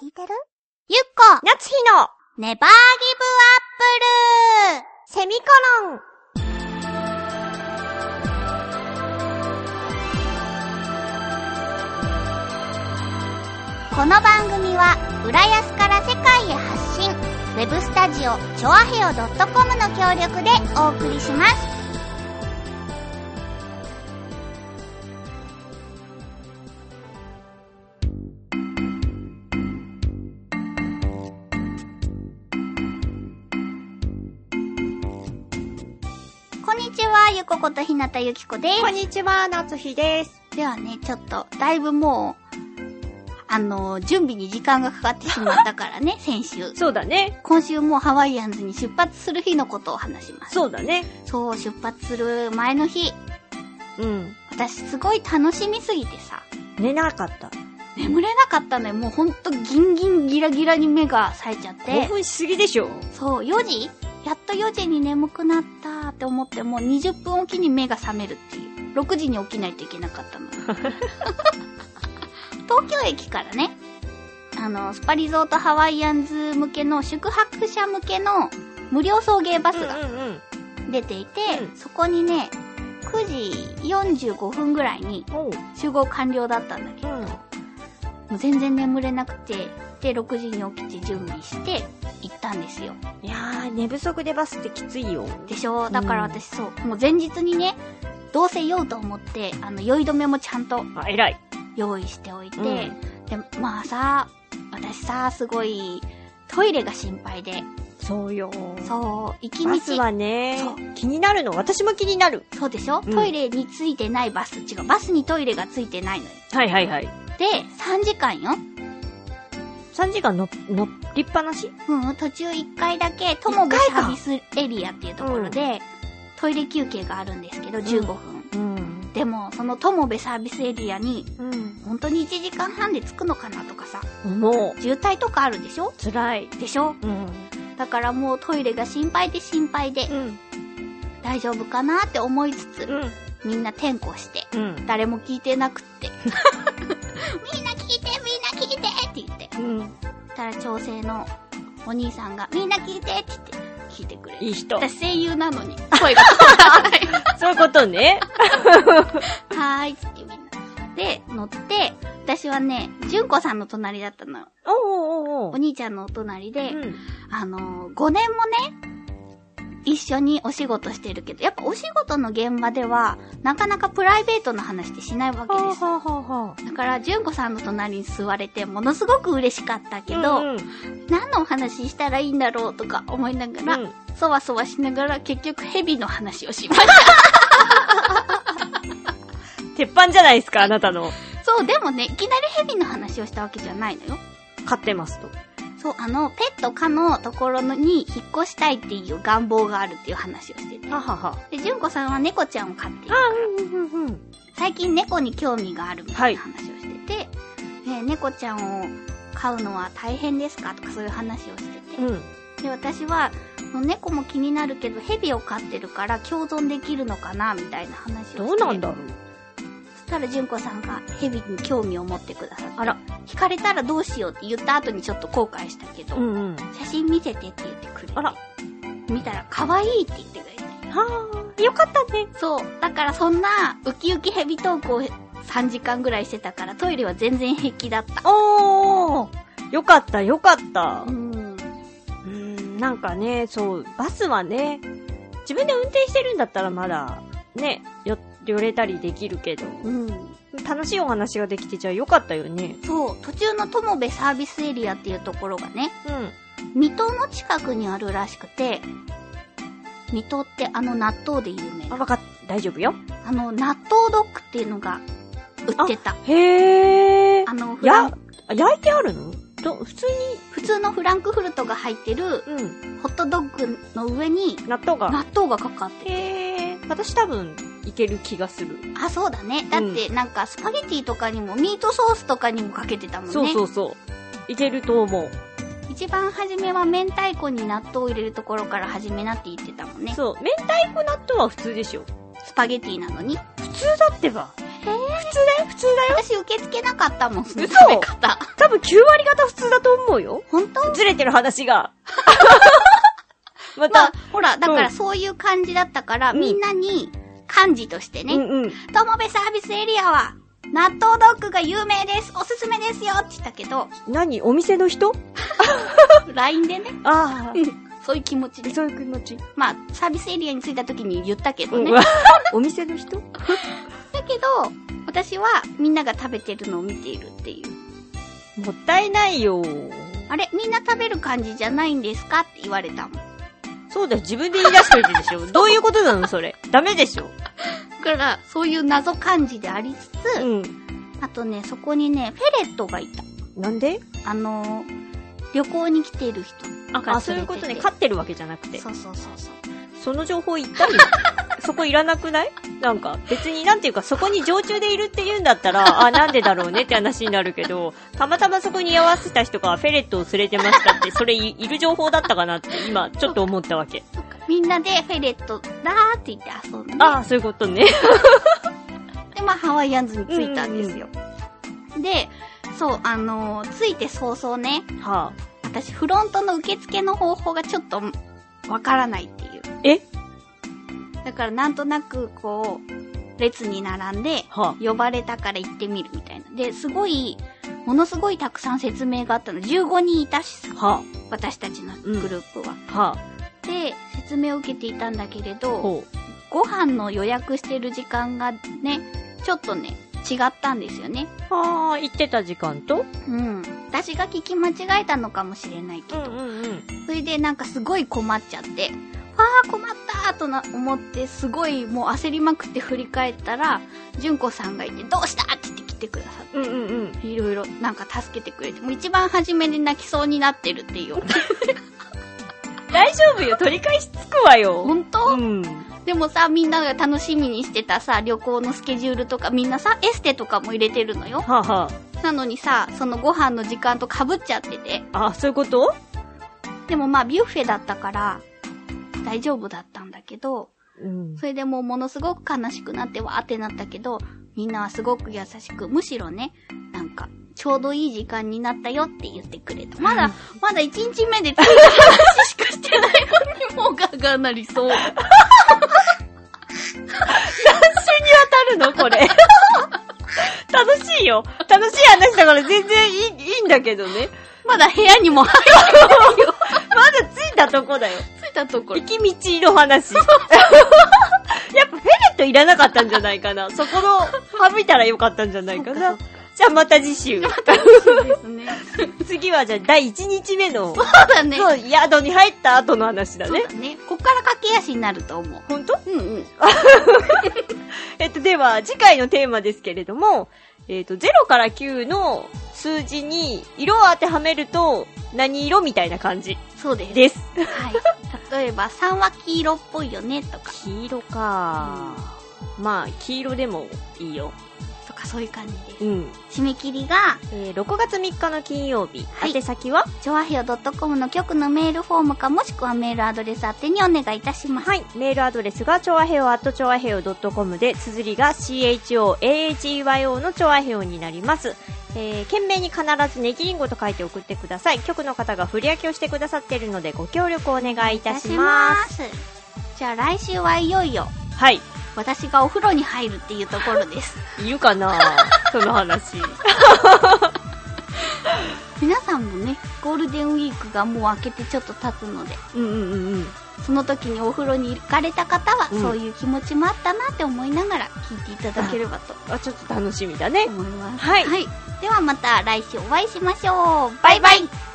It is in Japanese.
聞いてるゆっこ夏日のネバーギブアップルセミコロンこの番組は浦安から世界へ発信ウェブスタジオチョアヘオ .com の協力でお送りしますこんにちはゆこことひなたゆきこですこんにちは、夏日です。ではね、ちょっと、だいぶもう、あの、準備に時間がかかってしまったからね、 先週。そうだね。今週もうハワイアンズに出発する日のことを話します。そうだね。そう、出発する前の日、うん。私すごい楽しみすぎてさ、寝なかった。眠れなかったのよ。もうほんとギンギンギラギラに目が冴えちゃっ5て。分しすぎでしょ。そう、4時やっと4時に眠くなったって思って、もう20分おきに目が覚めるっていう。6時に起きないといけなかった の。東京駅からね、あの、スパリゾートハワイアンズ向けの宿泊者向けの無料送迎バスがうんうん出ていて、うんそこにね、9時45分ぐらいにうん。おう。集合完了だったんだけど、ん。もう全然眠れなくて、で、6時に起きて準備して行ったんですよ。いやー、寝不足でバスってきついよ。でしょだから私そう、もう前日にね、どうせ酔うと思って、あの、酔い止めもちゃんとあ、偉い。用意しておいて、うんで、まあさ、私さ、すごい、トイレが心配で、そうよ。そう、行きバス道、はねそ、気になるの。私も気になる。そうでしょ、うんトイレについてないバス、違う、バスにトイレがついてないのよ。はいはいはい。で、3時間よ。 3時間の、乗りっぱなしうん、途中1回だけ、トモブ一サ回ーかビスエリアっていうところで、トイレ休憩があるんですけど、15分。うん。でも、そのトモベサービスエリアに、うん。本当に1時間半で着くのかなとかさ、も渋滞とかあるでしょう、辛い。でしょうん。だからもうトイレが心配で心配でう、ん。大丈夫かなって思いつつ、うん。みんな転校して、うん。誰も聞いてなく って。みんな聞いてみんな聞いてって言って。うん。たら調整のお兄さんが、みんな聞いてって言って、聞いてくれる。いい 人。私声優なのに、声がそうなのよそういうことね。はーいっつってみんな。で、乗って、私はね、純子さんの隣だったのよ。 おうおうおおう兄ちゃんのお隣で、うん。あのー、5年もね、一緒にお仕事してるけど、やっぱお仕事の現場では、なかなかプライベートの話ってしないわけはであす。はあはあはあ。だから、純子さんの隣に座れて、ものすごく嬉しかったけど、うんうん何のお話ししたらいいんだろうとか思いながら、うんそわそわしながら結局ヘビの話をしまし鉄板じゃないですか、あなたの。た。そう、でもね、いきなりヘビの話をしたわけじゃないのよ。買ってますと。そう、あの、ペット可のところに引っ越したいっていう願望があるっていう話をしてて。ははは。で、純子さんは猫ちゃんを飼っていてうんうんうん。最近猫に興味があるみたいな話をしてて、えー猫ちゃんを飼うのは大変ですかとかそういう話をしてうん。て。で、私は、もう猫も気になるけど、蛇を飼ってるから共存できるのかなみたいな話をして。どうなんだろう。そしたら、純子さんが蛇に興味を持ってくださって。あら。惹かれたらどうしようって言った後にちょっと後悔したけど、うんうん。写真見せてって言ってくれて。あら。見たら、可愛いって言ってくれて。はあ。よかったね。そう。だからそんな、ウキウキヘビトークを3時間ぐらいしてたから、トイレは全然平気だった。おー。よかった、よかったう。ん。うん、なんかね、そう、バスはね、自分で運転してるんだったらまだ、ね、よ、寄れたりできるけど、うん。楽しいお話ができてじゃあよかったよね。そう、途中の友部サービスエリアっていうところがね、うん。水戸の近くにあるらしくて、水戸ってあの納豆で有名あ、な。わかっ、大丈夫よ。あの、納豆ドッグっていうのが売ってた。あへー。のフラやン、、焼いてあるのど、普通普通のフランクフルトが入ってるに、うん、ホットドッグの上に納豆が。納豆がかかってる。へえ、私多分、いける気がする。あ、そうだね。だって、なんか、スパゲティとかにも、ミートソースとかにもかけてたもんね。そうそうそう。いけると思う。一番初めは、明太子に納豆を入れるところから始めなって言ってたもんね。そう、明太子納豆は普通でしょ。スパゲティなのに。普通だってば。普通だよ、普通だよ。私受け付けなかったもん、その嘘食べ方。多分9割方普通だと思うよ。本当ずれてる話 が。ままたあ、、ほら、だかうらんそういう感じだったから、うんみんなに、漢字としてね、うんうん。友部サービスエリアは、納豆ドッグが有名ですおすすめですよって言ったけど、何お店の人 LINE でね、ああ、そういう気持ちで。そういう気持ち。まあ、サービスエリアに着いた時に言ったけどね。うん だお店の人けど、私はみんなが食べてるのを見ているっていう。もったいないよ。あれみんな食べる感じじゃないんですかって言われたもん。そうだよ、自分で言い出しといてでしょ。どういうことなの、それ。ダメでしょ。だから、そういう謎漢字でありつつ、うん。あとね、そこにね、フェレットがいた。なんであのー、旅行に来ている人が連れてて。あ、そういうことね。飼ってるわけじゃなくて。そうそうそうそう。その情報言った りそこいらなくないなんか、別になんていうか、そこに常駐でいるって言うんだったら、あ、なんでだろうねって話になるけど、たまたまそこに居合わせた人がフェレットを連れてましたって、それいいる情報だったかなって、今、ちょっと思ったわけ。みんなでフェレットだーって言って遊んで、ああ、そういうことね。で、まあ、ハワイアンズに着いたんですよ。で、そう、あのー、着いて早々ね、はあ。私、フロントの受付の方法がちょっと、わからないっていう。えだから、なんとなく、こう、列に並んで、は呼ばれたから行ってみるみたいな。で、すごい、ものすごいたくさん説明があったの。15人いたしさ、あ。は私たちのグループは。あ。はで、説明を受けていたんだけれあ。ど、ほう。ご飯の予約してる時間がね、ちょっとね、違ったんですよね。はあ、行ってた時間とうん。私が聞き間違えたのかもしれないけど。うんうん。それでなんかすごい困っちゃって、あー困ったーとな思って、すごいもう焦りまくって振り返ったら、純子さんがいて、どうしたって言って来てくださっうんうんうん。て、いろいろなんか助けてくれて、もう一番初めに泣きそうになってるっていう。大丈夫よ、取り返しつくわよ。 本当、うん。でもさ、みんなが楽しみにしてたさ、旅行のスケジュールとか、みんなさ、エステとかも入れてるのよ。はあはなのにさ、そのご飯の時間と被っちゃってて。あ。あ、そういうことでもまあ、ビュッフェだったから、大丈夫だったんだけど、うん。それでもうものすごく悲しくなってわーってなったけど、みんなはすごく優しく、むしろね、なんか、ちょうどいい時間になったよって言ってくれた。まだ、まだ1日目でついた話しかしてないのに、もうガーガーなりそう。当たるのこれ。 楽しいよ。楽しい話だから全然いい、いいんだけどね。 まだ部屋にも入っまだ着いたとこだよ。てたところ行。き道の 話。やっぱフェレットいらなかったんじゃないかな。そこの、省いたらよかったんじゃないかな。じゃあまた次週。そうですね。次はじゃあ第1日目 の、そうだね。そう、宿に入った後の話だそうね。だね。こっから駆け足になると思う。本当うんうん。えっと、では、次回のテーマですけれども、えっと、0から9の数字に色を当てはめると何色みたいな感じそうです。です。はい。例えば、3は黄色っぽいよね、とか。黄色か、まあ、黄色でもいいよ。とか、そういう感じですう。ん。締め切りが、えー6月3日の金曜日。はい宛先はちょわひよ .com の局のメールフォームかもしくはメールアドレス宛てにお願いいたします。はい。メールアドレスが、ちょあへよ、あとちょあへよ .com で、綴りが CHOAHEYO のちょあへよになります。えー、懸命に必ずネギリンゴと書いて送ってください。局の方が振り分けをしてくださっているので、ご協力をお願いいたします。いたします。じゃあ来週はいよいよ、はい。私がお風呂に入るっていうところ です。いるかなその話。皆さんもね、ゴールデンウィークがもう明けてちょっと経つので、うんうんうんうん。その時にお風呂に行かれた方は、うんそういう気持ちもあったなって思いながら聞いていただければとあ、ちょっと楽しみだね。思います。はいではまた来週お会いしましょう。バイバイ